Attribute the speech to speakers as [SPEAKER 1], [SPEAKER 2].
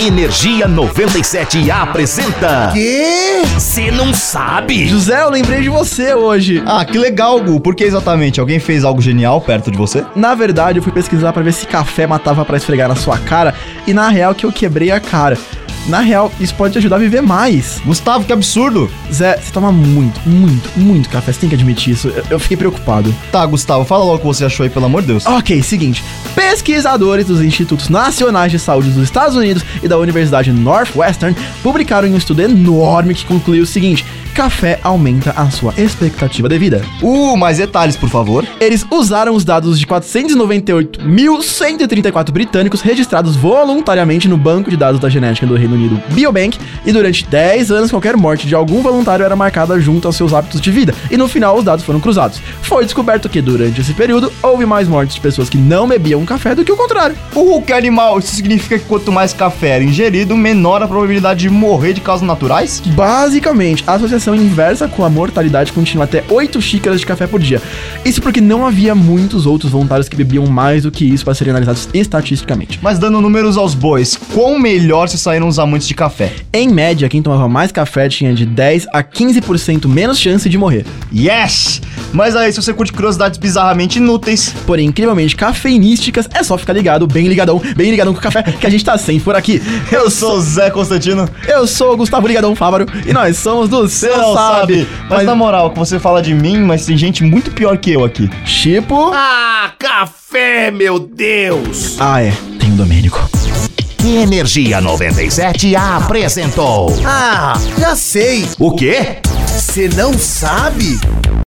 [SPEAKER 1] Energia 97 apresenta.
[SPEAKER 2] Quê?
[SPEAKER 1] Você não sabe?
[SPEAKER 3] José, eu lembrei de você hoje.
[SPEAKER 2] Ah, que legal, Gu. Por que exatamente? Alguém fez algo genial perto de você?
[SPEAKER 3] Na verdade, eu fui pesquisar pra ver se café matava pra esfregar na sua cara e na real que eu quebrei a cara. Na real, isso pode te ajudar a viver mais.
[SPEAKER 2] Gustavo, que absurdo!
[SPEAKER 3] Zé, você toma muito, muito, muito café, você tem que admitir isso. Eu, eu fiquei preocupado.
[SPEAKER 2] Tá, Gustavo, fala logo o que você achou aí, pelo amor de Deus.
[SPEAKER 3] Ok, seguinte. Pesquisadores dos Institutos Nacionais de Saúde dos Estados Unidos e da Universidade Northwestern publicaram um estudo enorme que concluiu o seguinte: café aumenta a sua expectativa de vida.
[SPEAKER 2] Uh, mais detalhes, por favor.
[SPEAKER 3] Eles usaram os dados de 498.134 britânicos registrados voluntariamente no banco de dados da genética do Reino Unido Biobank e durante 10 anos qualquer morte de algum voluntário era marcada junto aos seus hábitos de vida e no final os dados foram cruzados. Foi descoberto que durante esse período houve mais mortes de pessoas que não bebiam um café do que o contrário.
[SPEAKER 2] Uh, que animal! Isso significa que quanto mais café era ingerido, menor a probabilidade de morrer de causas naturais?
[SPEAKER 3] Basicamente, a associação inversa com a mortalidade continua até 8 xícaras de café por dia. Isso porque não havia muitos outros voluntários que bebiam mais do que isso para serem analisados estatisticamente.
[SPEAKER 2] Mas dando números aos bois, quão melhor se saíram os amantes de café?
[SPEAKER 3] Em média, quem tomava mais café tinha de 10 a 15% menos chance de morrer.
[SPEAKER 2] Yes! Mas aí, se você curte curiosidades bizarramente inúteis,
[SPEAKER 3] Porém, incrivelmente cafeinísticas, é só ficar ligado, bem ligadão, bem ligadão com o café, que a gente tá sem por aqui.
[SPEAKER 2] eu sou o Zé Constantino.
[SPEAKER 3] Eu sou o Gustavo Ligadão Fávaro e nós somos do
[SPEAKER 2] Você
[SPEAKER 3] Céu
[SPEAKER 2] não
[SPEAKER 3] Sabe.
[SPEAKER 2] sabe. Mas na moral, que você fala de mim, mas tem gente muito pior que eu aqui.
[SPEAKER 3] Tipo.
[SPEAKER 1] Ah, café, meu Deus!
[SPEAKER 3] Ah, é, tem o Domênico.
[SPEAKER 1] Energia 97 apresentou. Ah, já sei. O quê?
[SPEAKER 4] Você não sabe?